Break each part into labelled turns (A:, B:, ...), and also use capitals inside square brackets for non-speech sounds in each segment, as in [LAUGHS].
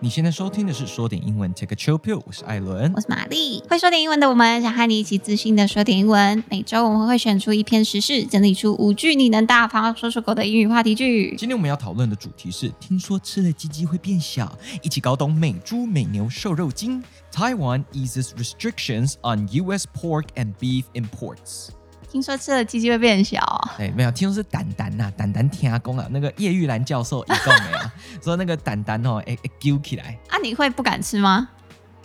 A: 你现在收听的是说点英文 Take a Chill Pill，我是艾伦
B: 我。是玛丽，会说点英文的我们想和你一起自信的说点英文。每周我们会选出一篇时事，整理出五句你能大方说出口的英语话题句。
A: 今天我们要讨论的主题是：听说吃了鸡鸡会变小，一起搞懂美猪美牛瘦肉精。Taiwan eases restrictions on U.S. pork and beef imports。
B: 听说吃了鸡鸡会变小哦、
A: 哎，没有，听说是胆胆呐、胆胆天阿公啊，那个叶玉兰教授一共没啊， [LAUGHS] 说那个胆胆哦，哎哎揪起来，
B: 啊，你会不敢吃吗？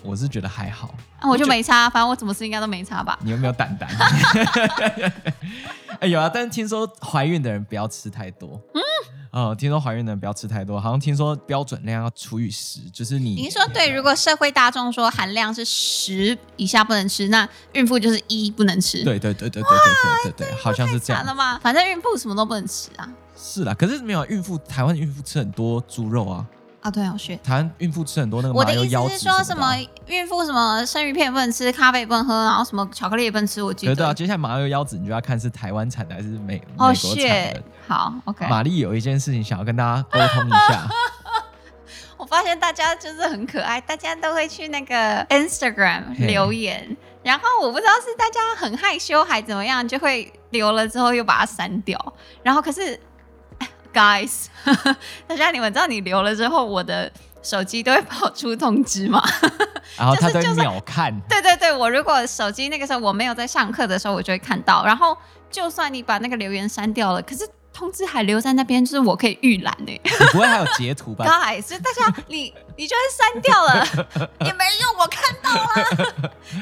A: 我是觉得还好。
B: 啊，我就没差，反正我怎么吃应该都没差吧。
A: 你有没有胆胆？ [LAUGHS] 哎、有啊，但是听说怀孕的人不要吃太多。嗯，哦、听说怀孕的人不要吃太多，好像听说标准量要除以十，就是你。
B: 您说对，如果社会大众说含量是十以下不能吃，那孕妇就是一不能吃，，
A: 对对对对对对对对对，好像是这
B: 啊惨了
A: 样。
B: 嘛。反正孕妇什么都不能吃啊。
A: 是啦，可是没有孕妇，台湾孕妇吃很多猪肉啊，
B: 啊，对，我学。
A: 台湾孕妇吃很多那个
B: 我
A: 麻
B: 的
A: 油
B: 意
A: 腰
B: 思
A: 子
B: 是说
A: 什
B: 什
A: 么的啊
B: 么孕妇什么生鱼片也不能吃，咖啡也不能喝，然后什么巧克力也不能吃。我记
A: 对
B: 得
A: 对啊，接下来麻油腰子你就要看是台湾产的还是美美
B: 哦
A: 国产
B: 谢
A: 的。，
B: 好，OK。
A: 玛丽有一件事情想要跟大家沟通一
B: [LAUGHS]
A: 下，
B: 我发现大家就是很可爱，大家都会去那个 Instagram
A: 嘿
B: 留言，然后我不知道是大家很害羞还怎么样，就会留了之后又把它删掉。然后可是哎，guys，大 [LAUGHS] 家你们知道你留了之后，我的手机都会跑出通知吗？ [LAUGHS]
A: 然后
B: 就是
A: 她在
B: 就算
A: 秒 [LAUGHS] 看，
B: 对对对，我如果手机那个时候我没有在上课的时候，我就会看到。然后就算你把那个留言删掉了，可是通知还留在那边，就是我可以预览欸呢、
A: 你不会还有截图吧？
B: guys，就大家
A: [LAUGHS]
B: 你你就会删掉了，也没用，我看到
A: [LAUGHS]
B: 了，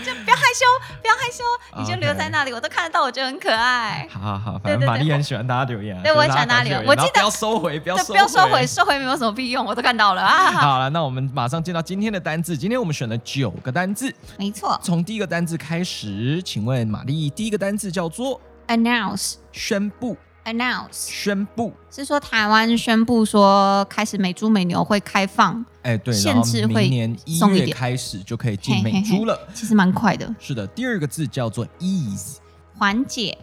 B: 就不要害羞，不要害羞，你
A: 哦
B: 就留在那里我都看得到，我觉得很可 [LAUGHS] 爱。
A: 好好好，反
B: 对
A: 正
B: 对
A: 玛
B: 对
A: 丽
B: 我
A: 很喜欢大家留言啊，
B: 对
A: 就
B: 我
A: 是
B: 很喜欢
A: 大家
B: 大家
A: 留
B: 留
A: 言，
B: 言我
A: 然后
B: 记得
A: 不要收回，不要
B: 对，
A: 收
B: 不要收回，。收回没有什么屁用，我都看到了啊。
A: 好了，那我们马上进到今天的单字。今天我们选了九个单字，
B: 没错
A: 从第一个单字开始。请问玛丽，第一个单字叫做
B: ，announce。
A: 宣布，
B: announce
A: 宣布。
B: 是说台湾宣布说开始美猪美牛会开放，
A: 哎，对，
B: 限
A: 然后
B: 制会
A: 明年一
B: 松一
A: 月
B: 点
A: 开始就可以进
B: 嘿
A: 美
B: 嘿嘿
A: 猪
B: [LAUGHS]
A: 了。
B: 其实蛮快的，
A: 是的，第二个字叫做 ease，ease。
B: 缓解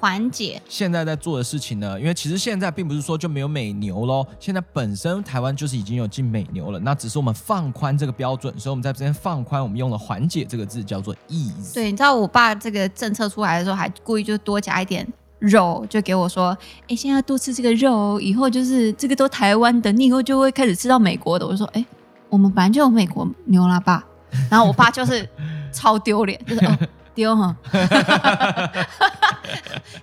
B: 缓解
A: 现在在做的事情呢，因为其实现在并不是说就没有美牛喽，现在本身台湾就是已经有进美牛了，那只是我们放宽这个标准，所以我们在这边放宽，我们用了“缓解”这个字，叫做 ease。
B: 对，你知道我爸这个政策出来的时候，还故意就多加一点肉，就给我说：“哎、现在要多吃这个肉哦，以后就是这个都台湾的，你以后就会开始吃到美国的。”我就说：“哎、我们本来就有美国牛啦，爸。”然后我爸就是超丢脸，就是哦丢哈，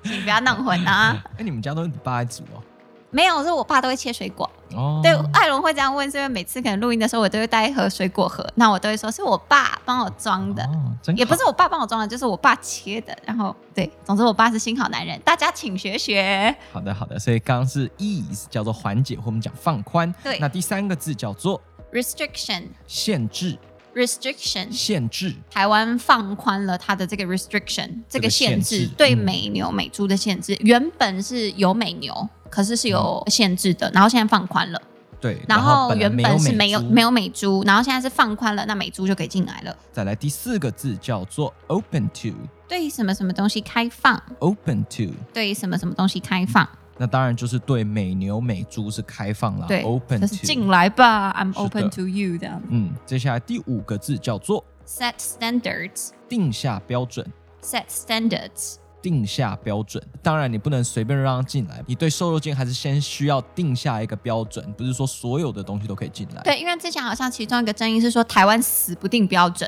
B: 请不要弄混啊！
A: 哎、你们家都是你爸在煮哦？
B: 没有，是我爸都会切水果。
A: 哦，
B: 对，艾伦会这样问，是因为每次可能录音的时候，我都会带一盒水果盒，那我都会说是我爸帮我装的。
A: 哦，真
B: 也不是
A: 好
B: 我爸帮我装的，就是我爸切的。然后对，总之我爸是新好男人，大家请学学。
A: 好的好的，所以刚刚是 ease 叫做缓解，或我们讲放宽。
B: 对
A: 那第三个字叫做
B: Restriction,
A: 限制，
B: restriction，
A: 限制。
B: 台湾放宽了它的这个 restriction 这个限制，
A: 限制
B: 对
A: 嗯
B: 美牛美猪的限制。原本是有美牛，可是是有限制的，然后现在放宽了。
A: 对，
B: 然后
A: 嗯本来
B: 原本是没有
A: 美猪
B: 没有美猪，然后现在是放宽了，那美猪就可以进来了。
A: 再来第四个字叫做 open to，open
B: 对什么什么东西开放，
A: to。
B: 对什么什么东西开放，
A: 那当然就是对美牛美猪是开放啦
B: 对
A: 啊，open
B: 就
A: to
B: 是进来吧，I'm
A: 是的
B: open to you 这样子。
A: 嗯，接下来第五个字叫做
B: set standards。
A: 定下标准。
B: set standards。
A: 定下标准，当然你不能随便让它进来，你对瘦肉精还是先需要定下一个标准，不是说所有的东西都可以进来。
B: 对，因为之前好像其中一个争议是说台湾死不定标准，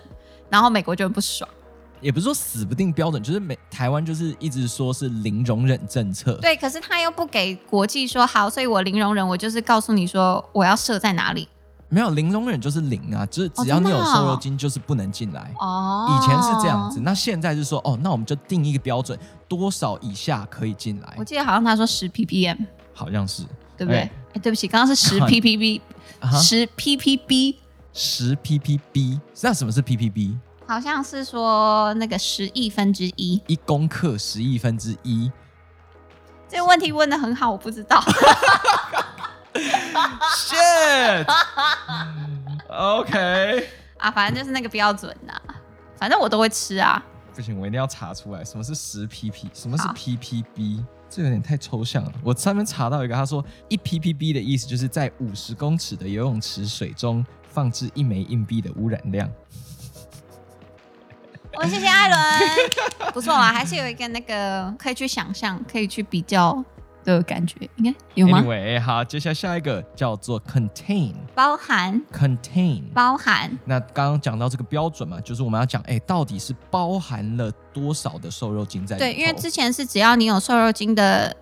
B: 然后美国就很不爽。
A: 也不是说死不定标准，就是美台湾就是一直说是零容忍政策。
B: 对，可是他又不给国际说好，所以我零容忍，我就是告诉你说我要设在哪里。
A: 没有零容忍就是零啊，就是
B: 哦
A: 只要你
B: 真的
A: 有
B: 哦
A: 瘦肉精就是不能进来。
B: 哦，
A: 以前是这样子，。那现在是说哦，那我们就定一个标准，多少以下可以进来
B: 哦我，记得好像他说十 ppm，
A: 好像是
B: 对不对？
A: 哎
B: 哎、对不起，刚刚是
A: [LAUGHS]
B: 十 ppb，
A: 啊哈
B: 十 ppb
A: 十 ppb。那什么是 ppb？
B: 好像是说那个十亿分之一。
A: 一公克十亿分之一，
B: 这个问题问的很好，我不知道。 [LAUGHS] [LAUGHS]
A: shit 。OK，
B: 啊，反正就是那个标准呐、反正我都会吃啊。
A: 不行，我一定要查出来什么是十 pp，什么是
B: 好
A: ppb，这有点太抽象了。我上面查到一个，他说一 ppb 的意思就是在五十公尺的游泳池水中放置一枚硬币的污染量。
B: 我谢谢艾伦， [LAUGHS] 不错啦，啊还是有一个那个可以去想象、可以去比较的感觉，应该有吗
A: Anyway，好，接下来下一个叫做 contain，contain
B: 包含
A: contain。
B: 包含
A: 那刚刚讲到这个标准嘛，就是我们要讲，哎、到底是包含了多少的瘦肉精在里哎头？
B: 对，因为之前是只要你有瘦肉精的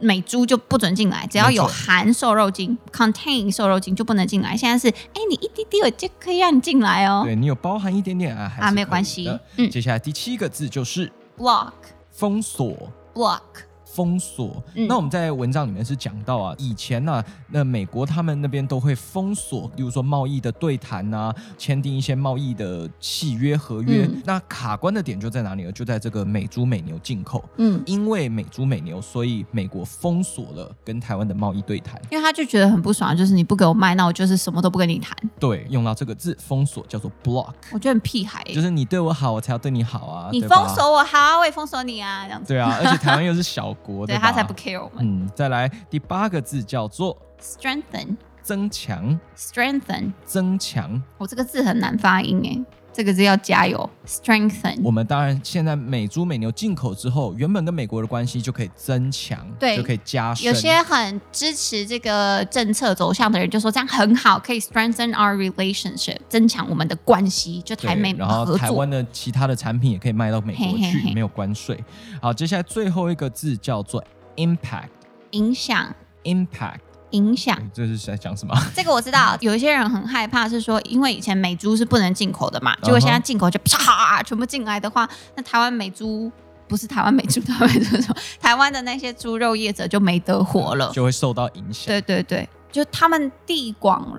B: 美猪就不准进来，只要有
A: 没错
B: 含瘦肉精 （contain 瘦肉精）就不能进来。现在是，哎，你一滴滴我就可以让你进来哦。
A: 对你有包含一点点啊，还是
B: 啊，没有
A: 可以
B: 关系
A: 的。
B: 嗯
A: 接下来第七个字就是
B: ，walk
A: 封锁。
B: walk，
A: 封锁。
B: 嗯
A: 那我们在文章里面是讲到啊，以前呢、那美国他们那边都会封锁，例如说贸易的对谈啊，签订一些贸易的契约合约。
B: 嗯
A: 那卡关的点就在哪里呢？就在这个美猪美牛进口。
B: 嗯，
A: 因为美猪美牛，所以美国封锁了跟台湾的贸易对谈。
B: 因为他就觉得很不爽，就是你不给我卖，那我就是什么都不跟你谈，
A: 对，用到这个字，封锁叫做 block，
B: 我觉得很屁孩欸、
A: 就是你对我好，我才要对你好啊。
B: 你
A: 对吧
B: 封锁我好，我也封锁你啊，这样子。
A: 对啊，而且台湾又是小
B: [LAUGHS]
A: 国，
B: 对
A: 吧
B: 他才不 care 我们。
A: 嗯，再来第八个字叫做
B: Strengthen,
A: 增强，
B: strengthen，
A: 增强。
B: 我、这个字很难发音哎，这个字要加油。
A: 我
B: Strengthen，
A: 们当然现在美猪美牛进口之后，原本跟美国的关系就可以增强，
B: 对
A: 就可以加深。
B: 有些很支持这个政策走向的人就说这样很好，可以 strengthen our relationship，增强我们的关系，就
A: 对
B: 台美
A: 然后
B: 合
A: 台
B: 作。
A: 湾的其他的产品也可以卖到美国去，
B: 嘿嘿嘿
A: 没有关税。好，接下来最后一个字叫做 impact。
B: 影响，
A: impact，
B: 影响。
A: 哎这是在讲什么？
B: [LAUGHS] 这个我知道，有一些人很害怕，是说因为以前美猪是不能进口的
A: 嗯
B: 嘛，结果现在进口就啪全部进来的话，那台湾美猪不是台湾美猪，台湾美猪是什么台湾的那些猪肉业者就没得活了。
A: [LAUGHS] 就会受到影响。
B: 对对对，就他们地广，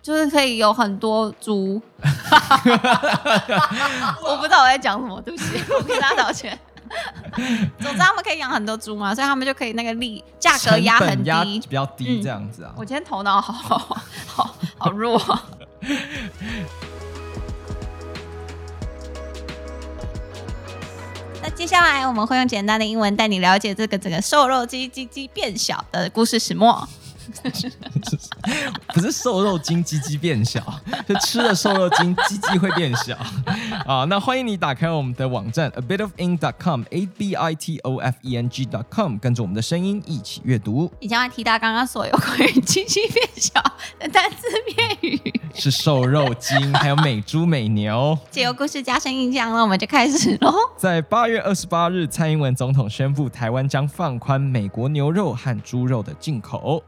B: 就是可以有很多猪。 [LAUGHS] 我不知道我在讲什么，对不起，我跟大家道歉。总之，他们可以养很多猪嘛，所以他们就可以那个利价格压
A: 成
B: 很
A: 本压
B: 低，
A: 比较低
B: 嗯
A: 这样子啊。
B: 我今天头脑好好好好弱。那接下来我们会用简单的英文带你了解这个整个瘦肉鸡鸡鸡变小的故事始末。
A: 不是瘦肉精鸡鸡变
B: [LAUGHS]
A: 小，是吃了瘦肉精鸡鸡会变小啊。那欢迎你打开我们的网站 a bit of ing dot com a b i t o f e n g dot com，跟着我们的声音一起阅读，
B: 你将会提到刚刚所有关于鸡鸡变小的单字片语，
A: 是瘦肉精，还有美猪美牛。
B: 借由故事加深印象。那我们就开始喽。
A: 在八月二十八日，蔡英文总统宣布台湾将放宽美国牛肉和猪肉的进口。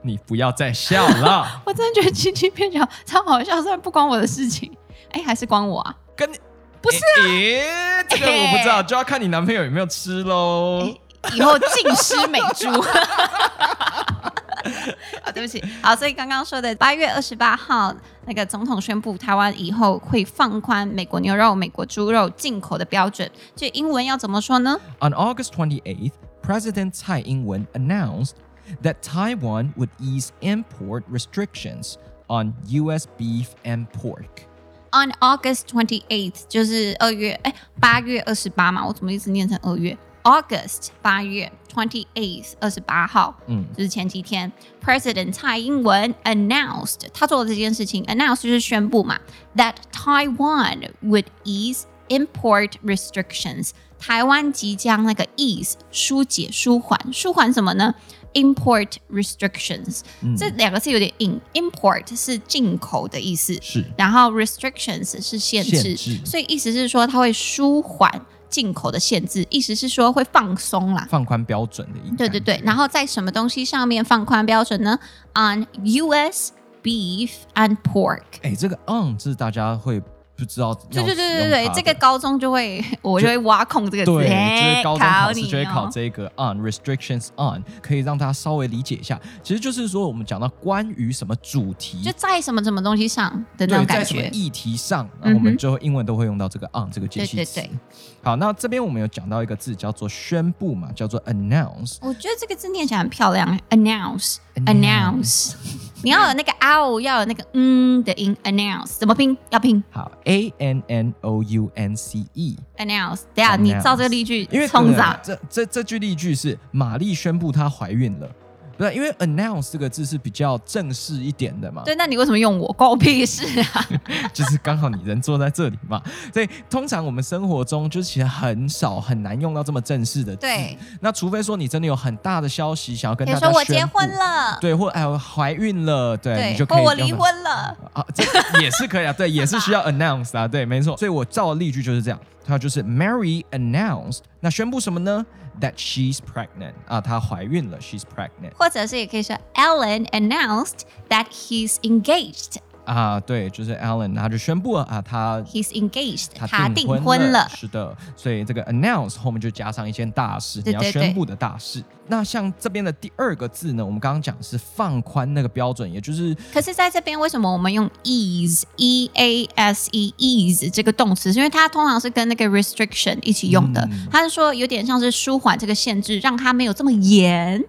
A: 你不要再笑了，
B: [LAUGHS] 我真的觉得鸡鸡变小超好笑，虽然不关我的事情， [LAUGHS] 哎、还是关我啊。
A: 跟不是、诶诶这个我不知
B: [LAUGHS]
A: 道，就要看你男朋友有没有吃喽。
B: 以后禁吃美 [LAUGHS] 猪。啊，对不起，好，所以刚刚说的八月二十八号，那个总统宣布台湾以后会放宽美国牛肉、美国猪肉进口的标准，这英文要怎么说呢？
A: On August 28th, President Tsai Ing wen announced that Taiwan would ease import restrictions on U.S. beef and pork.
B: On August twenty eighth，就是二月，哎，八月二十八嘛，我怎么一直念成二月？August 八月 twenty eighth 二十八号，
A: 嗯
B: 嗯，就是前几天，President 蔡英文 announced 他做了这件事情，announce 就是宣布嘛，that Taiwan would ease import restrictions，台湾即将那个 ease 疏解、舒缓、舒缓什么呢？Import restrictions，、这两个字有点硬，import 是进口的意思，
A: 是
B: 然后 restrictions 是限
A: 限
B: 制，
A: 制
B: 所以意思是说它会舒缓进口的限制，意思是说会放松啦。
A: 放宽标准的一个
B: 对对对，然后在什么东西上面放宽标准呢？On U.S. beef and pork。
A: 哎，这个 on 是大家会不知道要
B: 对对对对
A: 使用
B: 对
A: 它，的
B: 这个高中就会，我就会挖空这个字，
A: 对，就
B: 嘿
A: 是高中考试
B: 你
A: 就会考
B: 哦
A: 这个 on restrictions on，可以让大家稍微理解一下。其实就是说，我们讲到关于什么主题，
B: 就在什么什么东西上的那
A: 对，
B: 种感
A: 在什么
B: 觉。嗯
A: 议题上，然后我们就会英文都会用到这个 on 这个介系词。
B: 对对对
A: 好，那这边我们有讲到一个字叫做宣布嘛，叫做 announce。
B: 我觉得这个字念起来很漂亮，announce，announce，你要有那个 ow，要有那个嗯的音，announce 怎么拼？要拼
A: 好，A N N O U N C E，
B: announce。等一下你
A: Announce
B: 照这个例句
A: 因为
B: 冲
A: 可能
B: 啥？
A: 这啊这这句例句是玛丽宣布她怀孕了，不是因为 announce 这个字是比较正式一点的嘛，
B: 对，那你为什么用我？关我屁事啊！
A: 就是刚好你人坐在这里嘛，所以通常我们生活中就是其实很少很难用到这么正式的字，
B: 对，
A: 那除非说你真的有很大的消息想要跟
B: 比
A: 大
B: 如
A: 家
B: 说我结
A: 宣布
B: 婚，了，
A: 对，或哎我怀孕了，对，你
B: 对
A: 就，可以
B: 或我
A: 用
B: 离
A: 了
B: 婚了，
A: 啊，这也是可以啊，对，也是需要 announce 啊，对，没错。所以我照的例句就是这样，它就是 Mary announced，那宣布什么呢？That she's pregnant 啊，她怀孕了，she's pregnant
B: 或者是也可以说 Alan announced that he's engaged.
A: 啊，对，就是 Alan，她就宣布了啊，她
B: He's engaged.
A: 她
B: 订
A: 婚
B: 婚了。
A: 是的，所以这个 announce 后面就加上一件大事，
B: 对
A: 你要
B: 对对
A: 宣布的大事。那像这边的第二个字呢，我们刚刚讲的是放宽那个标准，也就是
B: 可是在这边，为什么我们用 ease e a s e ease 这个动词？是因为它通常是跟那个 restriction 一起用的。
A: 嗯
B: 它是说有点像是舒缓这个限制，让它没有这么严，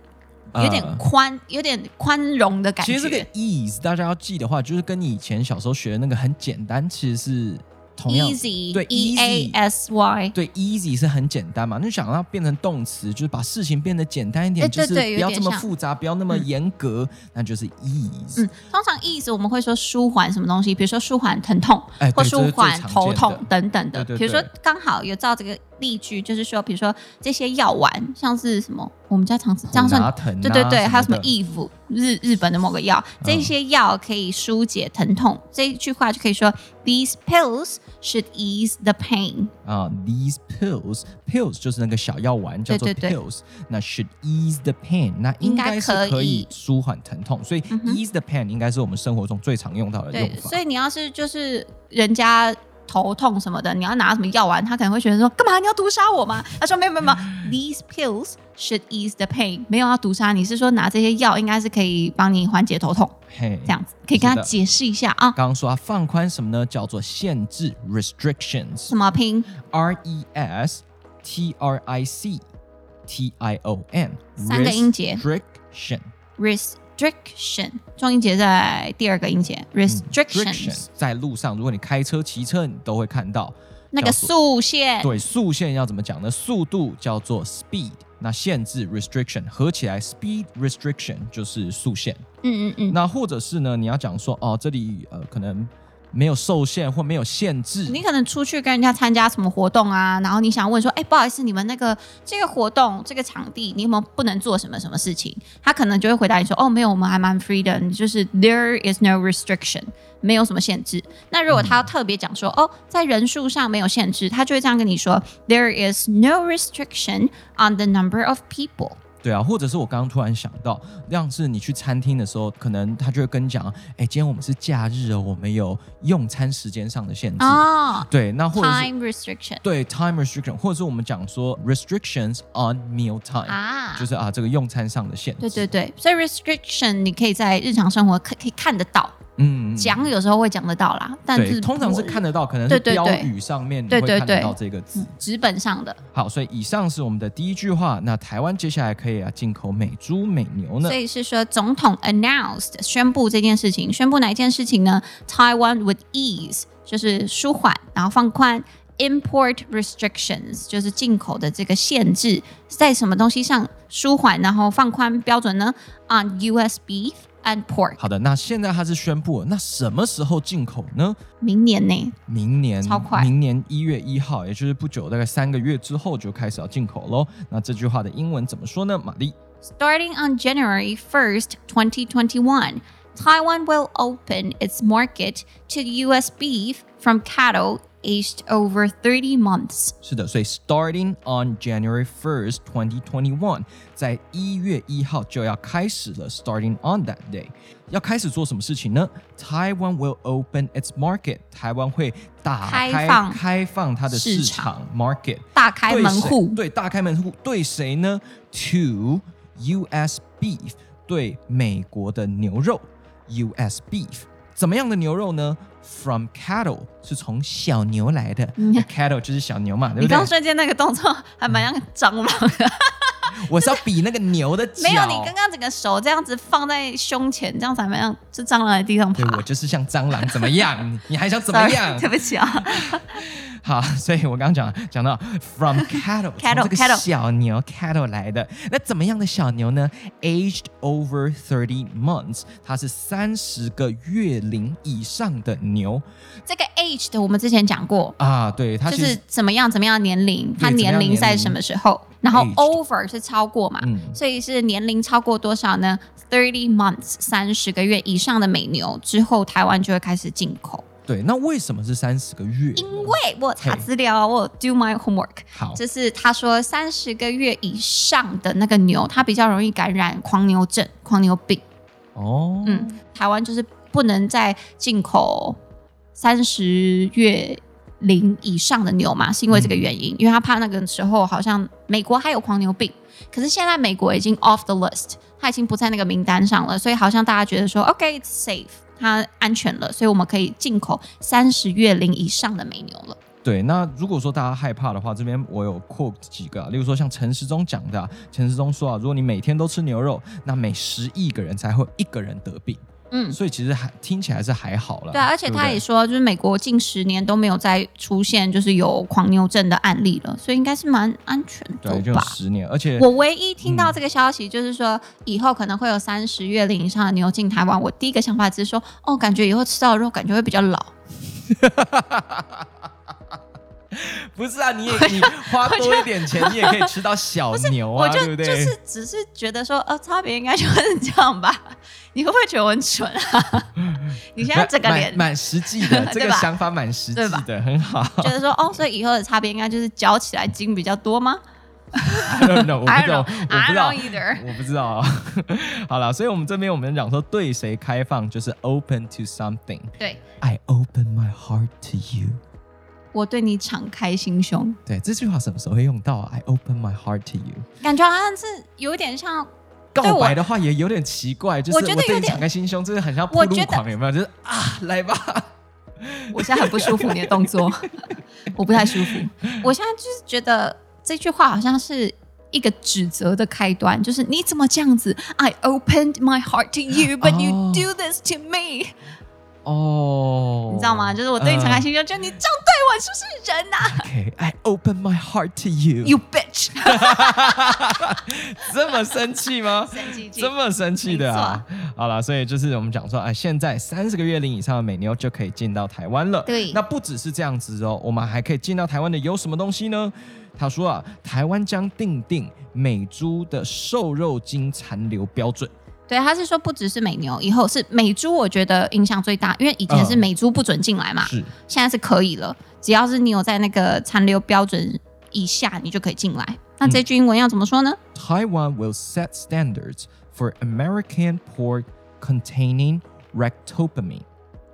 B: 有点
A: 呃
B: 宽，有点宽容的感觉。
A: 其实这个 ease 大家要记的话，就是跟你以前小时候学的那个很简单，其实是同样
B: easy
A: 对
B: e a
A: easy
B: s y
A: 对 easy 是很简单嘛，那就想要变成动词，就是把事情变得简单一点，
B: 哎对
A: 就是
B: 对有
A: 不要
B: 点
A: 这么
B: 像
A: 复杂，不要那么
B: 嗯
A: 严格，那就是 ease
B: 嗯。，通常 ease 我们会说舒缓什么东西，比如说舒缓疼痛，
A: 哎
B: 或
A: 对
B: 舒缓
A: 这是最常见
B: 头
A: 的
B: 痛等等的。
A: 对对
B: 比如说
A: 对，
B: 刚好有照这个例句，就是说，比如说这些药丸，像是什么，我们家常吃，这样
A: 普拿
B: 算
A: 疼啊、
B: 对对对，还有什么
A: 的嗯
B: Eve 日日本的某个药，这些药可以疏解疼痛。这一句话就可以说，These pills should ease the pain。
A: 啊、t h e s e pills pills 就是那个小药丸叫做
B: 对对对
A: pills，那 should ease the pain，那应
B: 应该
A: 该是
B: 可
A: 可以
B: 以
A: 舒缓疼痛，所以
B: 嗯哼
A: ease the pain 应该是我们生活中最常用到的用
B: 对，
A: 法
B: 所。以你要是就是人家。头痛什么的，你要拿什么药丸，他可能会觉得说，干嘛你要毒杀我吗？他说没有没
A: [LAUGHS]
B: 有没有，These pills should ease the pain，没有要毒杀你，是说拿这些药应该是可以帮你缓解头痛，
A: 嘿，
B: 这样子可以跟
A: 是的
B: 他解释一下啊，
A: 刚刚说啊，放宽什么呢？叫做限制 （restrictions）。
B: 怎么拼
A: R E S T R I C T I O N
B: 三个音节
A: restriction
B: restriction，重音节在第二个音节
A: 嗯
B: restrictions，、
A: 在路上，如果你开车、骑车，你都会看到
B: 那
A: 叫
B: 个
A: 做
B: 速线
A: 对速限要怎么讲呢？速度叫做 speed，那限制 restriction 合起来 speed restriction 就是速限。
B: 嗯嗯嗯，
A: 那或者是呢，你要讲说哦，这里呃可能没有受限或没有限制，
B: 你可能出去跟人家参加什么活动啊，然后你想问说，哎、不好意思，你们那个这个活动这个场地，你有没有不能做什么什么事情？他可能就会回答你说，哦，没有，我们还蛮 free 的，就是 there is no restriction，没有什么限制。那如果他要特别讲说，哦，在人数上没有限制，他就会这样跟你说，there is no restriction on the number of people。
A: 对啊，或者是我刚刚突然想到，像是你去餐厅的时候，可能他就会跟你讲，哎，今天我们是假日哦，我们有用餐时间上的限制。
B: 哦
A: 对，那或者是
B: ，time restriction
A: 对 time restriction，或者是我们讲说 restrictions on meal time，、
B: 啊，
A: 就是啊这个用餐上的限制。
B: 对对对，所以 restriction 你可以在日常生活可可以看得到。
A: 嗯，嗯嗯
B: 讲有时候会讲得到啦，但
A: 对，
B: 是
A: 通常是看得到，可能
B: 对
A: 是
B: 对
A: 标
B: 对
A: 语上面你
B: 对
A: 会
B: 对
A: 看得
B: 对嗯
A: 到这个字。
B: 纸本上的，
A: 好，所以以上是我们的第一句话。那台湾接下来可以啊进口美猪美牛呢
B: 所？以是说总统 announced 宣布这件事情，宣布哪一件事情呢？Taiwan would ease 就是舒缓，然后放宽 import restrictions 就是进口的这个限制，在什么东西上舒缓，然后放宽标准呢？On U.S. beef and pork，
A: 好的，那现在它是宣布了，那什么时候进口呢？
B: 明年呢？
A: 明年
B: 超快
A: 明年一月一号，也就是不久，大概三个月之后就开始要进口喽。那这句话的英文怎么说呢？玛丽
B: Starting on January 1st, 2021, Taiwan will open its market to US beef from cattle aged over 30 months.
A: 是的，所以 starting on January first, twenty twenty one，在一月一号就要开始了。Starting on that day，要开始做什么事情呢？Taiwan will open its market，台湾会打开
B: 开放
A: 开放它的市
B: 市场
A: market，
B: 大开
A: 对
B: 门
A: 谁
B: 户，
A: 对，大开门户对谁呢？To U.S. beef，对美国的牛肉，U.S. beef。怎么样的牛肉呢？From cattle 是从小牛来的、
B: 嗯
A: c a t t l e 就是小牛嘛，对
B: 你
A: 不对
B: 刚？瞬间那个动作还蛮像蟑螂的，
A: 我是要比那个牛的脚。
B: [LAUGHS] 没有，你刚刚整个手这样子放在胸前，这样才能让这蟑螂在地上爬
A: 对。我就是像蟑螂，怎么样？你你还想怎么
B: Sorry，
A: 样
B: [LAUGHS] 对？不起啊，
A: 好， [LAUGHS] 所以我刚刚讲讲到
B: [LAUGHS]
A: from cattle，从
B: Cattle，
A: 这个
B: cattle
A: 小牛 cattle 来的。那怎么样的小牛呢？Aged over thirty months，它是三十个月龄以上的牛
B: 这个 age 的我们之前讲过，
A: 啊，对，它
B: 就
A: 其实
B: 是怎么样怎么样年龄，它
A: 怎么样
B: 年龄在
A: 年龄
B: 什么时候？然后
A: Aged
B: over 是超过嘛，
A: 嗯
B: 所以是年龄超过多少呢？Thirty months，三十个月以上的美牛之后，台湾就会开始进口。
A: 对。那为什么是三十个月呢？
B: 因为我有查资料，啊我有 do my homework，
A: 好，
B: 就是他说三十个月以上的那个牛，它比较容易感染狂牛症、狂牛病。
A: 哦，
B: 嗯，台湾就是不能再进口三十月龄以上的牛嘛，是因为这个原因，因为他怕那个时候好像美国还有狂牛病，可是现在美国已经 off the list，它已经不在那个名单上了，所以好像大家觉得说 OK it's safe，它安全了，所以我们可以进口三十月龄以上的美牛了。
A: 对，那如果说大家害怕的话，这边我有 quote 几个、啊，例如说像陈时中讲的、啊，陈时中说啊，如果你每天都吃牛肉，那每十亿个人才会有一个人得病，
B: 嗯，
A: 所以其实还听起来是还好了。
B: 对啊，而且
A: 不
B: 他
A: 对
B: 也说，就是美国近十年都没有再出现就是有狂牛症的案例了，所以应该是蛮安全
A: 对，嗯
B: 的
A: 就
B: 吧。
A: 十年，而且 [LAUGHS]
B: 我唯一听到这个消息，就是说、以后可能会有三十月龄以上的牛进台湾。我第一个想法只是说，哦，感觉以后吃到的肉感觉会比较老。
A: 不是啊，你也你花多一点钱，你也可以吃到小牛
B: 我
A: 啊，
B: 就
A: 对不对？
B: 就是只是觉得说，呃，差别应该就是这样吧。 [LAUGHS] 你会不会觉得我很蠢啊？ [LAUGHS] 你现在整个
A: 蛮
B: 脸，
A: 蛮蛮实际的这
B: [LAUGHS] 对
A: 个
B: 吧
A: 想法蛮实际
B: 对吧
A: 的，很好。 [LAUGHS]
B: 觉得说，哦，所以以后的差别应该就是嚼起来筋比较多吗
A: I don't know，我不
B: I
A: 知道，
B: don't know.
A: 我不知道
B: I don't either.
A: 我不知道 [LAUGHS] 啊。好了，所以我们这边我们讲说对谁开放，就是 open to something。
B: 对
A: I open my heart to you。
B: 我对你敞开心胸，
A: 对，这句话什么时候会用到啊？I open my heart to you。
B: 感觉好像是有点像我
A: 告白的话也有点奇怪，就是
B: 我觉得有
A: 对你
B: 点
A: 敞开心胸，就是很像铺
B: 我觉
A: 路
B: 得
A: 狂，有没有？就是啊，来吧。
B: 我现在很不舒服，你的动作， [LAUGHS] 我不太舒服。我现在就是觉得这句话好像是一个指责的开端，就是你怎么这样子？I opened my heart to you, but [GASPS] you
A: 哦
B: do this to me，、
A: 哦，
B: [LAUGHS] 你知道吗？就是我对你敞开心胸，就你这样对我，是不是人呐、
A: OK，I 嗯 open my heart to you。
B: y o u bitch，
A: 这么生气
B: [LAUGHS]
A: 吗？
B: [LAUGHS] 神经病
A: 这么生气的啊！好了，所以就是我们讲说，哎，现在三十个月龄以上的美妞就可以进到台湾了。
B: 对
A: 那不只是这样子哦，我们还可以进到台湾的有什么东西呢？他说啊，台湾将定定美猪的瘦肉精残留标准。
B: 对，他是说不只是美牛，以后是美猪，我觉得影响最大，因为以前是
A: 嗯
B: 美猪不准进来嘛，
A: 是，
B: 现在是可以了，只要是你有在那个残留标准以下，你就可以进来。那
A: 嗯
B: 这句英文要怎么说呢？
A: Taiwan will set standards for American pork containing rectopamine。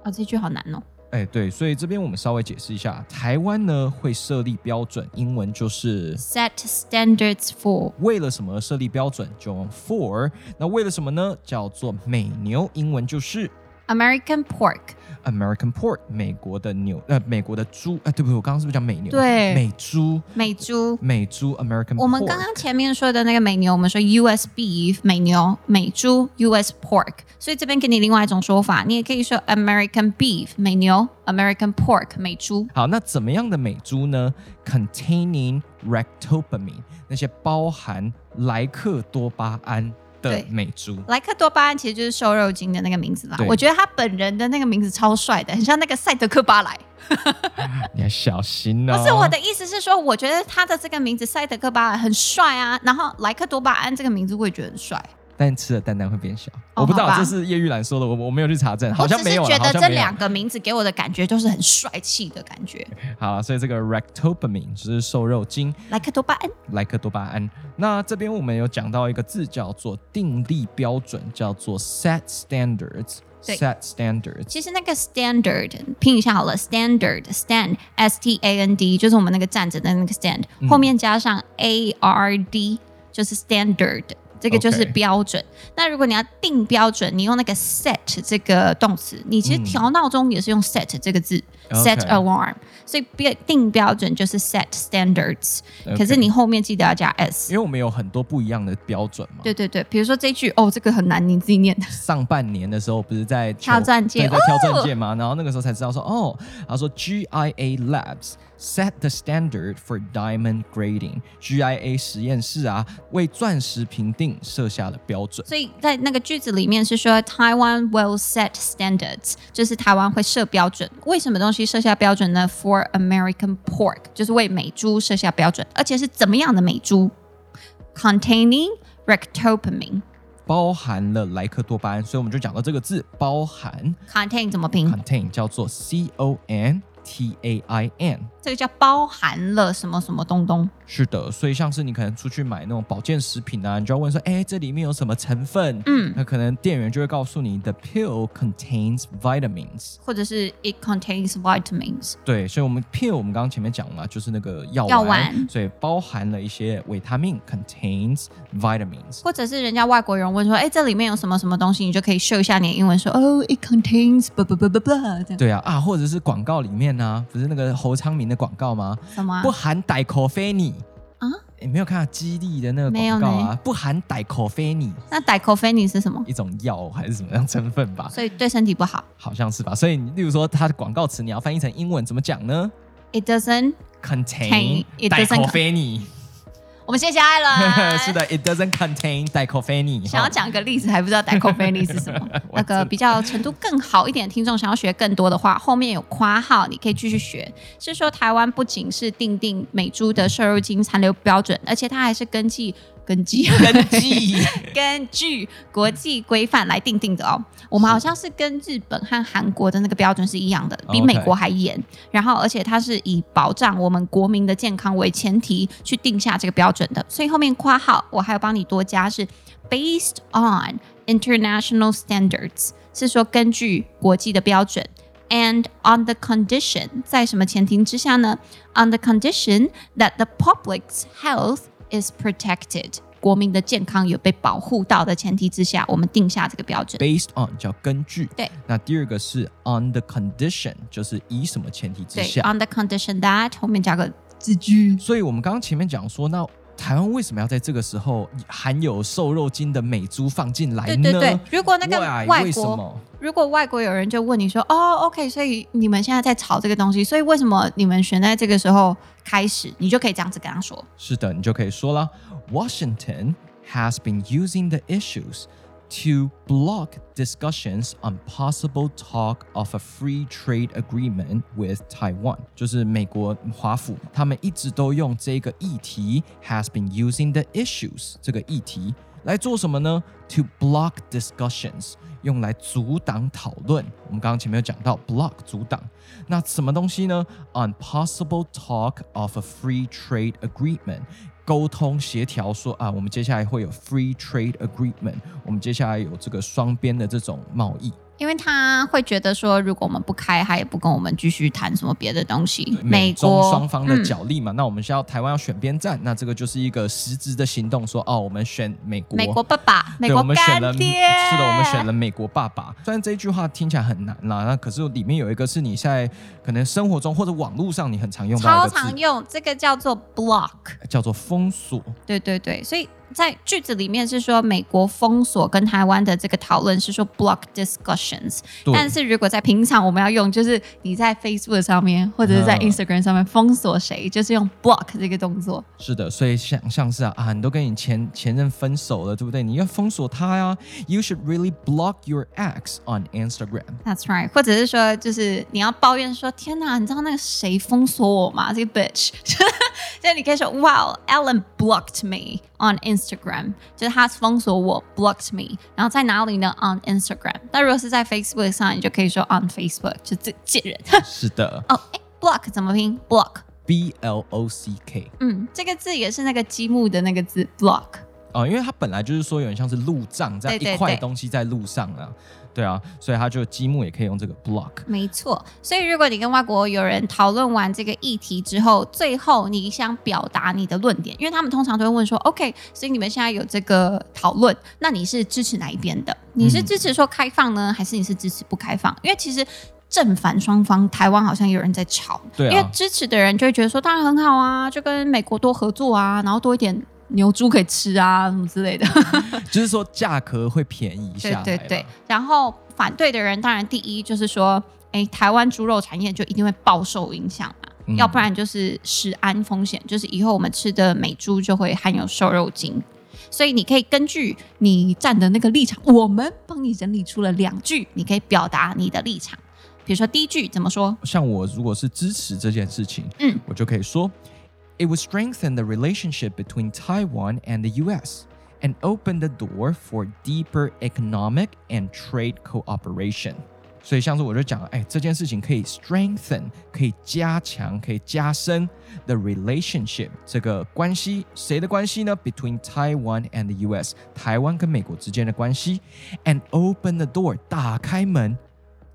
B: 哦，这句好难哦。
A: 哎，对，所以这边我们稍微解释一下，台湾呢会设立标准，英文就是。
B: Set standards for
A: 为了什么而设立标准？就用 for。那为了什么呢？叫做美牛，英文就是
B: American pork，
A: American pork，美国的牛，呃，美国的猪，呃，对不对？我刚刚是不是讲美牛？
B: 对
A: 美猪，
B: 美猪。
A: 美猪 American pork。
B: 我们刚刚前面说的那个美牛，我们说 US beef 美牛，美猪 US pork，所以这边给你另外一种说法，你也可以说 American beef 美牛，American pork 美猪。
A: 好，那怎么样的美猪呢？Containing rectopamine，那些包含莱克多巴胺的
B: 对呃
A: 美猪。
B: 莱克多巴胺其实就是瘦肉精的那个名字啦
A: 对，
B: 我觉得他本人的那个名字超帅的，很像那个赛德克巴莱。
A: 你要小心哦。
B: 不是我的意思是说，我觉得他的这个名字赛德克巴莱很帅啊，然后莱克多巴胺这个名字我也觉得很帅。
A: 但吃了蛋蛋会变小。
B: 哦
A: 我不知道
B: 好吧
A: 这是叶玉兰说的，我我没有去查证，好像没有
B: 我
A: 啦，
B: 只是觉
A: 好
B: 得
A: 像
B: 这
A: 没有
B: 两个名字给我的感觉就是很帅气的感觉，
A: 好了，啊所以这个 rectopamine 就是瘦肉精，
B: 莱克多巴胺。
A: 莱克多巴胺。那这边我们有讲到一个字叫做定力标准，叫做 set standards。
B: 对
A: set standards。
B: 其实那个 standard 拼一下好了，standard stand s t a n d 就是我们那个站着的那个 stand，、后
A: 嗯
B: 面加上 a r d 就是 standard，这个就是
A: OK
B: 标准。那如果你要定标准，你用那个 set 这个动词，你其实调闹钟也是用 set 这个字， set
A: 嗯 OK
B: alarm，所以标定标准就是 set standards，
A: OK
B: 可是你后面记得要加 s
A: 因。为我们有很多不一样的标准嘛。
B: 对对对，比如说这一句哦，这个很难，你自己念。
A: 上半年的时候不是在求
B: 挑战界
A: 对在
B: 哦
A: 挑战界嘛，然后那个时候才知道说，哦，他说 GIA Labs set the standard for diamond grading，GIA 实验室啊为钻石评定设下了标准。
B: [LAUGHS] 所以在那个句子里面是说 Taiwan will set standards，就是台湾会设标准。为什么东西设下标准呢？For American pork，就是为美猪设下标准，而且是怎么样的美猪？Containing rectopamine。
A: 包含了莱克多巴胺，所以我们就讲到这个字包含
B: Contain 怎么拼？
A: contain 叫做 C O N T A I N。
B: 这个叫包含了什么什么东东？
A: 是的，所以像是你可能出去买那种保健食品啊，你就要问说，哎，这里面有什么成分？
B: 嗯，
A: 那可能店员就会告诉你，the pill contains vitamins。
B: 或者是 It contains vitamins。
A: 对，所以我们 pill 我们刚刚前面讲了，就是那个药丸，
B: 药丸
A: 所以包含了一些维他命，contains vitamins。
B: 或者是人家外国人问说，哎、这里面有什么什么东西，你就可以秀一下你的英文说，哦、i t contains blah blah blah blah blah 这样
A: 对啊啊，或者是广告里面呢、不是那个侯昌明的广告吗？
B: 什么啊、
A: 不含歹口非你
B: 啊
A: 啊？你没有看到激励的那个
B: 没有
A: 广告啊？不含歹口非你
B: 那 d i c o f e n i 是什么？
A: 一种药还是什么样成分吧？
B: 所以对身体不好。
A: 好像是吧？所以你例如说它的广告词，你要翻译成英文怎么讲呢
B: It doesn't。 [LAUGHS]
A: ？Contain
B: Contain- it
A: 歹
B: doesn't
A: 口非 [LAUGHS] 你。
B: 我们谢谢艾
A: [LAUGHS]
B: 伦。
A: 是。的，It doesn't contain 歹口非你。
B: 想要
A: 哈。
B: 讲个例子，还不知道 d i c o f e n i 是什么
A: [LAUGHS] 我
B: 那
A: 知道
B: 个比较程度更好一点的听众，想要学更多的话，后面有括号，你可以继续学。是说台湾不仅是定定美猪的摄入金残留标准，而且它还是根据根据
A: 根
B: [LAUGHS]
A: 基。
B: 根据国际规范来定定的哦。我们好像是跟日本和韩国的那个标准是一样的，比
A: OK
B: 美国还严。然后，而且它是以保障我们国民的健康为前提去定下这个标准的。所以后面括号我还有帮你多加是 based on international standards，是说根据国际的标准。And on the condition，在什么前提之下呢？On the condition that the public's health is protected，国民的健康有被保护到的前提之下，我们定下这个标准。
A: Based on 叫根据，
B: 对。
A: 那第二个是 on the condition，就是以什么前提之
B: 对啊
A: 下。
B: ，on the condition that 后面加个字句。
A: 所以我们刚刚前面讲说，那台湾为什么要在这个时候含有瘦肉精的美猪放进来
B: 对
A: 呢？
B: 对对，如果那个
A: Why？
B: 外
A: 为什
B: 国，
A: 么？
B: 如果外国有人就问你说，哦，OK，所以你们现在在炒这个东西，所以为什么你们选在这个时候开始，你就可以这样子跟他说。
A: 是的，你就可以说了，Washington has been using the issues to block discussions on possible talk of a free trade agreement with Taiwan。就是美国华府，他们一直都用这个议题 has been using the issues 这个议题来做什么呢？To block discussions，用来阻挡讨论。我们刚刚前面有讲到 block 阻挡，那什么东西呢？On possible talk of a free trade agreement，沟通协调说啊，我们接下来会有 free trade agreement，我们接下来有这个双边的这种贸易。
B: 因为他会觉得说，如果我们不开，他也不跟我们继续谈什么别的东西。
A: 美中
B: 国
A: 双方的
B: 嗯
A: 角力嘛，那我们需要台湾要选边站，那这个就是一个实质的行动，说哦，我们选美国，
B: 美国爸爸，美
A: 对，
B: 国
A: 我们选了，
B: 干爹，
A: 是的，我们选了美国爸爸。虽然这一句话听起来很难啦，那可是里面有一个是你在可能生活中或者网络上你很常用到
B: 超
A: 的一个
B: 常
A: 字，
B: 用，这个叫做 block。
A: 叫做封锁。
B: 对对对，所以在句子里面是说美国封锁跟台湾的这个讨论是说 block discussions，
A: 对，
B: 但是如果在平常我们要用，就是你在 Facebook 上面或者是在
A: 嗯
B: Instagram 上面封锁谁，就是用 block 这个动作。
A: 是的，所以想像是啊啊，你都跟你前前任分手了，对不对？你要封锁他呀。You should really block your ex on Instagram。
B: That's right，或者是说，就是你要抱怨说，天哪，你知道那个谁封锁我吗？这个 bitch，就是你可以说，Wow，Ellen blocked me on Instagram，就是他封锁我，blocked me，然后在哪里呢？On Instagram。那如果是在 Facebook 上，你就可以说 on Facebook，就这贱人。 [LAUGHS]
A: 是的
B: 哦，哎，block 怎么拼？block，
A: ，B L O C K
B: 嗯，这个字也是那个积木的那个字，block。
A: 啊，因为它本来就是说有点像是路障，这样
B: 对对
A: 一块
B: 对
A: 东西在路上啊，对啊，所以它就积木也可以用这个 block。
B: 没错，所以如果你跟外国友人讨论完这个议题之后，最后你想表达你的论点，因为他们通常都会问说：“OK，所以你们现在有这个讨论，
A: 嗯
B: 那你是支持哪一边的？你是支持说开放呢，还是你是支持不开放？”因为其实正反双方，台湾好像有人在吵，
A: 对啊
B: 因为支持的人就会觉得说，当然很好啊，就跟美国多合作啊，然后多一点牛猪可以吃啊，什么之类的。
A: 就是说价格会便宜下来啦。
B: 对对对，然后反对的人当然第一就是说，哎，台湾猪肉产业就一定会饱受影响嘛，
A: 嗯
B: 要不然就是食安风险，就是以后我们吃的美猪就会含有瘦肉精。所以你可以根据你站的那个立场，我们帮你整理出了两句，你可以表达你的立场。比如说第一句怎么说？
A: 像我如果是支持这件事情，
B: 嗯，
A: 我就可以说，It would strengthen the relationship between Taiwan and the U.S. and open the door for deeper economic and trade cooperation。所以像是我就讲，哎，这件事情可以 strengthen，可以加强，可以加深 the relationship 这个关系，谁的关系呢？Between Taiwan and the U.S. 台湾跟美国之间的关系，and open the door 打开门，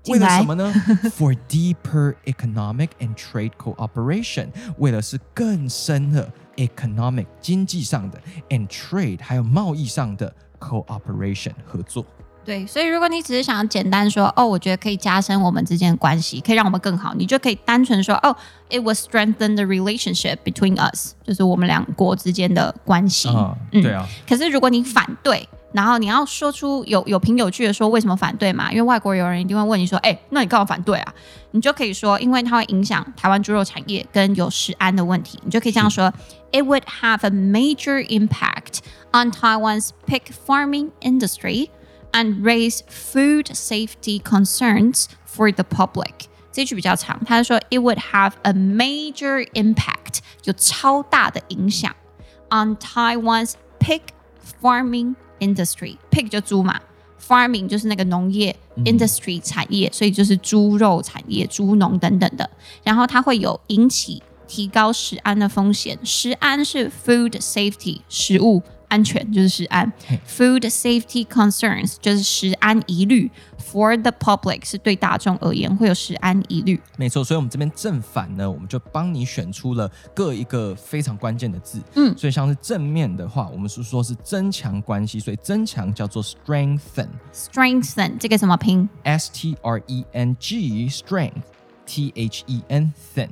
A: 为
B: 进
A: 了
B: 来
A: 什么呢？For deeper economic and trade cooperation，为了是更深的 economic 经济上的 and trade 还有贸易上的 cooperation 合作。
B: 对，所以如果你只是想要简单说哦，我觉得可以加深我们之间的关系，可以让我们更好，你就可以单纯说哦，it will strengthen the relationship between us，就是我们两国之间的关系。
A: 啊、
B: 嗯
A: 对啊，
B: 可是如果你反对，然后你要说出有有凭有据的说为什么反对嘛，因为外国友人一定会问你说，哎、那你干嘛反对啊？你就可以说，因为它会影响台湾猪肉产业跟有食安的问题，你就可以这样说，It would have a major impact on Taiwan's pig farming industry and raise food safety concerns for the public。这句比较长，他是说 It would have a major impact，有超大的影响。on Taiwan's pig farming industry. Pig 就猪嘛，farming 就是那个农业、industry 产业，所以就是猪肉产业、猪农等等的。然后它会有引起提高食安的风险，食安是 food safety 食物。安全就是食安，food safety concerns 就是食安疑虑，for the public 是对大众而言会有食安疑虑。
A: 没错，所以我们这边正反呢，我们就帮你选出了各一个非常关键的字。
B: 嗯
A: 所以像是正面的话，我们是说是增强关系，所以增强叫做 strengthen，S
B: strengthen 这个怎么拼？
A: T R E N G strength。T H E N thin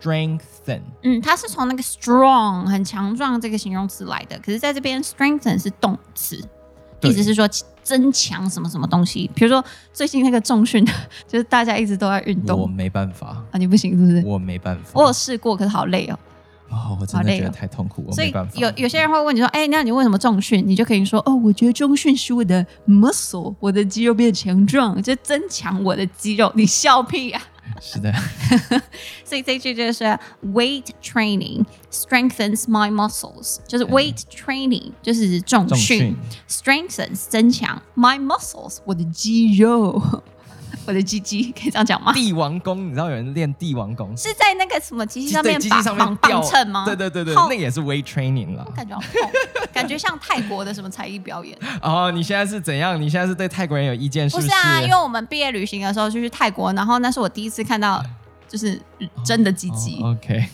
A: strengthen
B: 嗯，它是从那个 strong 很强壮这个形容词来的，可是在这边 strengthen 是动词，
A: 对
B: 意思是说增强什么什么东西。比如说最近那个重训，就是大家一直都在运
A: 我
B: 动
A: 没办法，
B: 啊，你不行是不是？
A: 我没办法，
B: 我有试过，可是好累哦。
A: 哦，我真
B: 好
A: 的
B: 累哦
A: 觉得太痛苦，我
B: 所
A: 没
B: 以
A: 办法。
B: 有有些人会问你说：“哎、那你为什么重训？”你就可以说：“哦，我觉得重训使我的 muscle，我的肌肉变强壮，就增强我的肌肉。”你笑屁啊！
A: 是
B: [LAUGHS]
A: 的，
B: 所以这句就是 weight training strengthens my muscles，就是 weight training 就是指重
A: 嗯重
B: 训
A: 训
B: ，strengthens 增强 my muscles 我的肌肉， [LAUGHS] 我的鸡鸡可以这样讲吗？
A: 帝王功，你知道有人练帝王功，
B: 是在那个什么机器上
A: 对
B: 面
A: 机器
B: 绑
A: 上面
B: 绑
A: 吊
B: 绑秤吗？
A: 对对对对，
B: 好
A: 那个也是 weight training 啦。
B: 感觉好痛，
A: [LAUGHS]
B: 感觉像泰国的什么才艺表演。
A: 哦，你现在是怎样？你现在是对泰国人有意见是
B: 不
A: 是？
B: 是啊，因为我们毕业旅行的时候就去泰国，然后那是我第一次看到就是真的鸡鸡，
A: 哦 OK，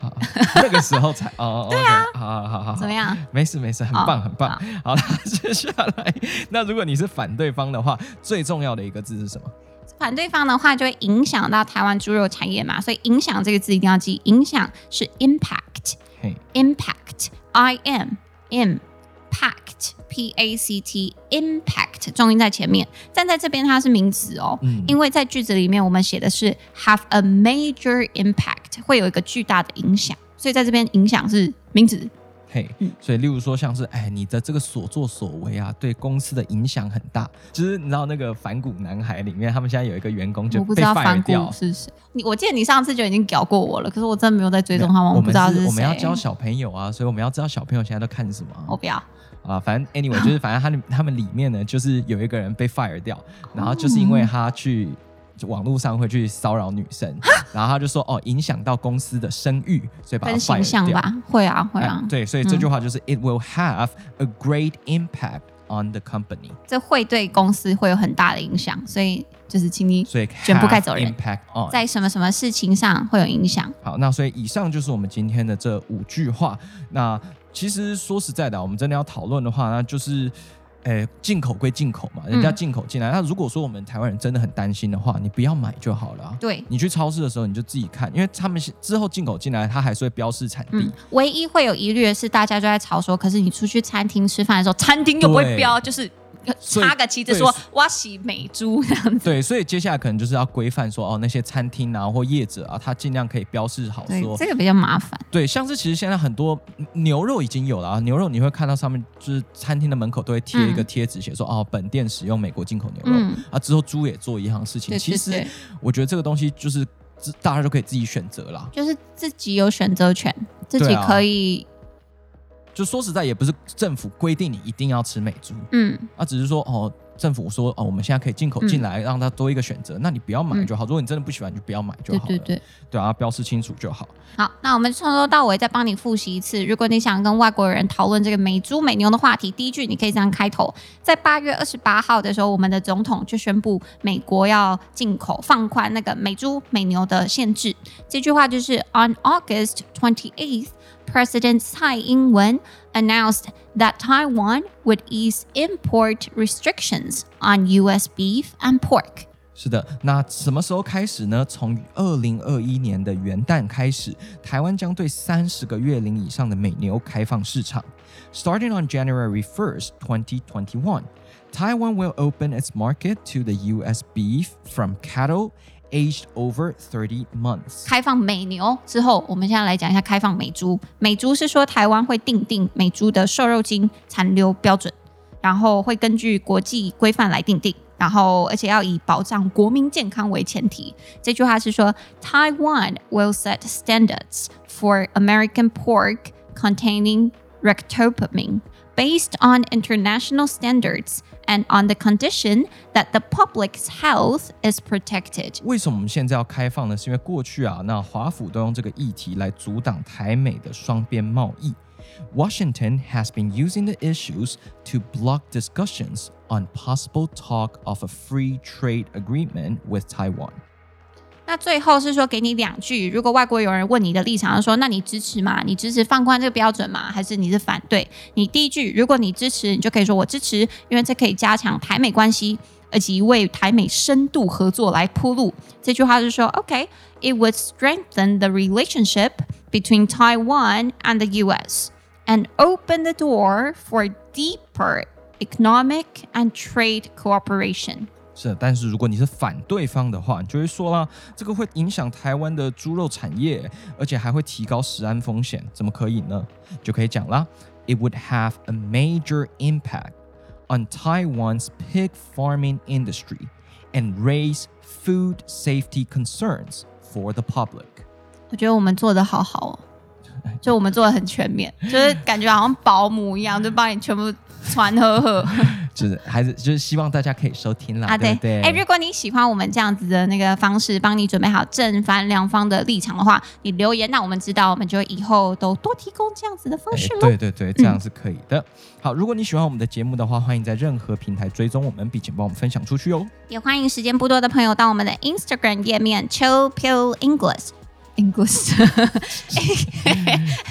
A: 好，那个时候才
B: [LAUGHS]
A: 哦。对啊，好好好好，
B: 怎么
A: 样？
B: 样？
A: 没事没事，很
B: 好
A: 棒很棒。好了， [LAUGHS] 接下来，那如果你是反对方的话，最重要的一个字是什么？
B: 反对方的话就会影响到台湾猪肉产业嘛，所以“影响”这个字一定要记，影响是 impact，impact，i
A: 嘿，
B: m m pact p a c t impact，重音在前面，但在这边它是名词哦，
A: 嗯
B: 因为在句子里面我们写的是 have a major impact，会有一个巨大的影响，所以在这边影响是名词，
A: 嘿，
B: 嗯
A: 所以例如说像是哎，你的这个所作所为啊，对公司的影响很大。就是你知道那个反骨男孩里面，他们现在有一个员工就
B: 我不知
A: 被
B: 道
A: fire
B: 反骨
A: 掉。
B: 是谁，你我记得你上次就已经搞过我了，可是我真的没有在追踪他们，
A: 我
B: 不知道
A: 是
B: 谁，哦
A: 我们要教小朋友啊，所以我们要知道小朋友现在都看什么啊。
B: 我不要。
A: 啊，反正 anyway 就是反正他们他们里面呢，就是有一个人被 fire 掉，然后就是因为他去就网络上会去骚扰女生，然后他就说哦影响到公司的声誉，所以把他
B: 跟形
A: fire
B: 象
A: 掉。
B: 吧，会啊，会
A: 哎
B: 啊，
A: 对，所以这句话就是、it will have a great impact on the company，
B: 这会对公司会有很大的影响，所以就是请你
A: 所以
B: 卷铺盖
A: have
B: 走人
A: impact on
B: 在什么什么事情上会有影响。
A: 好，那所以以上就是我们今天的这五句话。那其实说实在的啊，我们真的要讨论的话，那就是诶，进口归进口嘛，人
B: 嗯
A: 家进口进来。那如果说我们台湾人真的很担心的话，你不要买就好了啊、
B: 对，
A: 你去超市的时候，你就自己看，因为他们是之后进口进来，它还是会标示产地。
B: 嗯，唯一会有疑虑的是，大家就在吵说，可是你出去餐厅吃饭的时候，餐厅又不会
A: 对
B: 标，就是
A: 所以
B: 插个旗子
A: 对
B: 说“哇洗美猪”这样子。
A: 对，所以接下来可能就是要规范说，哦，那些餐厅啊或业者啊，它尽量可以标示好
B: 对
A: 说，，
B: 这个比较麻烦。
A: 对，像是其实现在很多嗯牛肉已经有了啊，牛肉你会看到上面就是餐厅的门口都会贴一个
B: 嗯
A: 贴纸，写说、哦，本店使用美国进口牛肉、
B: 嗯，
A: 啊。之后猪也做一样事情，
B: 对，
A: 其
B: 对
A: 实
B: 对
A: 我觉得这个东西就是自大家都可以自己选择啦。
B: 就是自己有选择权，自
A: 对
B: 己
A: 啊
B: 可以，
A: 就说实在，也不是政府规定你一定要吃美猪，
B: 嗯，
A: 啊，只是说哦，政府说哦，我们现在可以进口进来，让它多一个选择，那你不要买就好。如果你真的不喜欢，你就不要买就
B: 对
A: 好了。
B: 嗯对对。
A: 对啊，标示清楚就好。
B: 好，那我们从头到尾再帮你复习一次。如果你想跟外国人讨论这个美猪美牛的话题，第一句你可以这样开头：在八月二十八号的时候，我们的总统就宣布美国要进口放宽那个美猪美牛的限制。这句话就是 On August twenty eighth, President Tsai Ing-wen announced that Taiwan would ease import restrictions on U.S. beef and pork.
A: 是的，那什么时候开始呢？从二零二一年的元旦开始，台湾将对三十个月龄以上的美牛开放市场。Starting on January 1st, 2021, Taiwan will open its market to the U.S. beef from cattle aged over 30 months.
B: 开放美牛之后，我们现在来讲一下开放美猪。美猪是说台湾会定定美猪的瘦肉精残留标准，然后会根据国际规范来定定，然后而且要以保障国民健康为前提。这句话是说，Taiwan will set standards for American pork containing rectopamine based on international standards and on the condition that the public's health is protected。
A: 为什么我们现在要开放呢？是因为过去啊，那华府都用这个议题来阻挡台美的双边贸易。Washington has been using the issues to block discussions on possible talk of a free trade agreement with Taiwan。
B: 那最后是说给你两句，如果外国友人问你的立场，说那你支持吗？你支持放宽这个标准吗？还是你是反对？你第一句，如果你支持，你就可以说我支持，因为这可以加强台美关系，以及为台美深度合作来铺路。这句话是说，OK，it、would strengthen the relationship between Taiwan and the U.S. and open the door for deeper economic and trade cooperation。
A: 是的，但是如果你是反对方的话，你就会说啦，这个会影响台湾的猪肉产业，而且还会提高食安风险，怎么可以呢？就可以讲啦，It would have a major impact on Taiwan's pig farming industry and raise food safety concerns for the public。
B: 我觉得我们做的好好哦，
A: 哎
B: 就我们做的很
A: [LAUGHS]
B: 全面，就是感觉好像保姆一样，就帮你全部传呵呵
A: 就是还是就是希望大家可以收听啦，
B: [LAUGHS] 啊。
A: 对
B: 对
A: 不，对？
B: 哎，如果你喜欢我们这样子的那个方式，帮你准备好正反两方的立场的话，你留言让我们知道，我们就以后都多提供这样子的方
A: 哎
B: 式喽。
A: 对对对，这样是可以的。好，如果你喜欢我们的节目的话，欢迎在任何平台追踪我们，并且帮我们分享出去哦。
B: 也欢迎时间不多的朋友到我们的 Instagram 页面 Chill Pill English。English，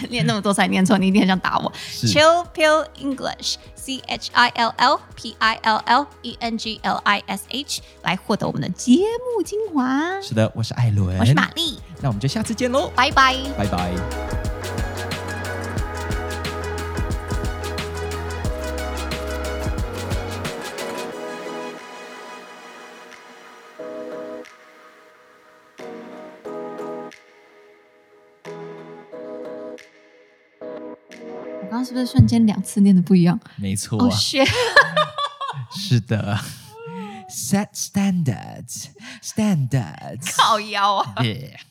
B: 念 [LAUGHS] 那么多才念错，你一定很想打我。
A: 是
B: Chill Pill English C H I L L P I L L E N G L I S H 来获得我们的节目精华。
A: 是的，我是艾伦，
B: 我是玛丽，
A: 那我们就下次见喽，
B: 拜拜。
A: 拜拜。
B: 我刚刚是不是瞬间两次念的不一样？
A: 没错
B: 哦，学
A: 是
B: [LAUGHS]
A: 的。Set standards, standards.
B: 靠腰啊！
A: Yeah.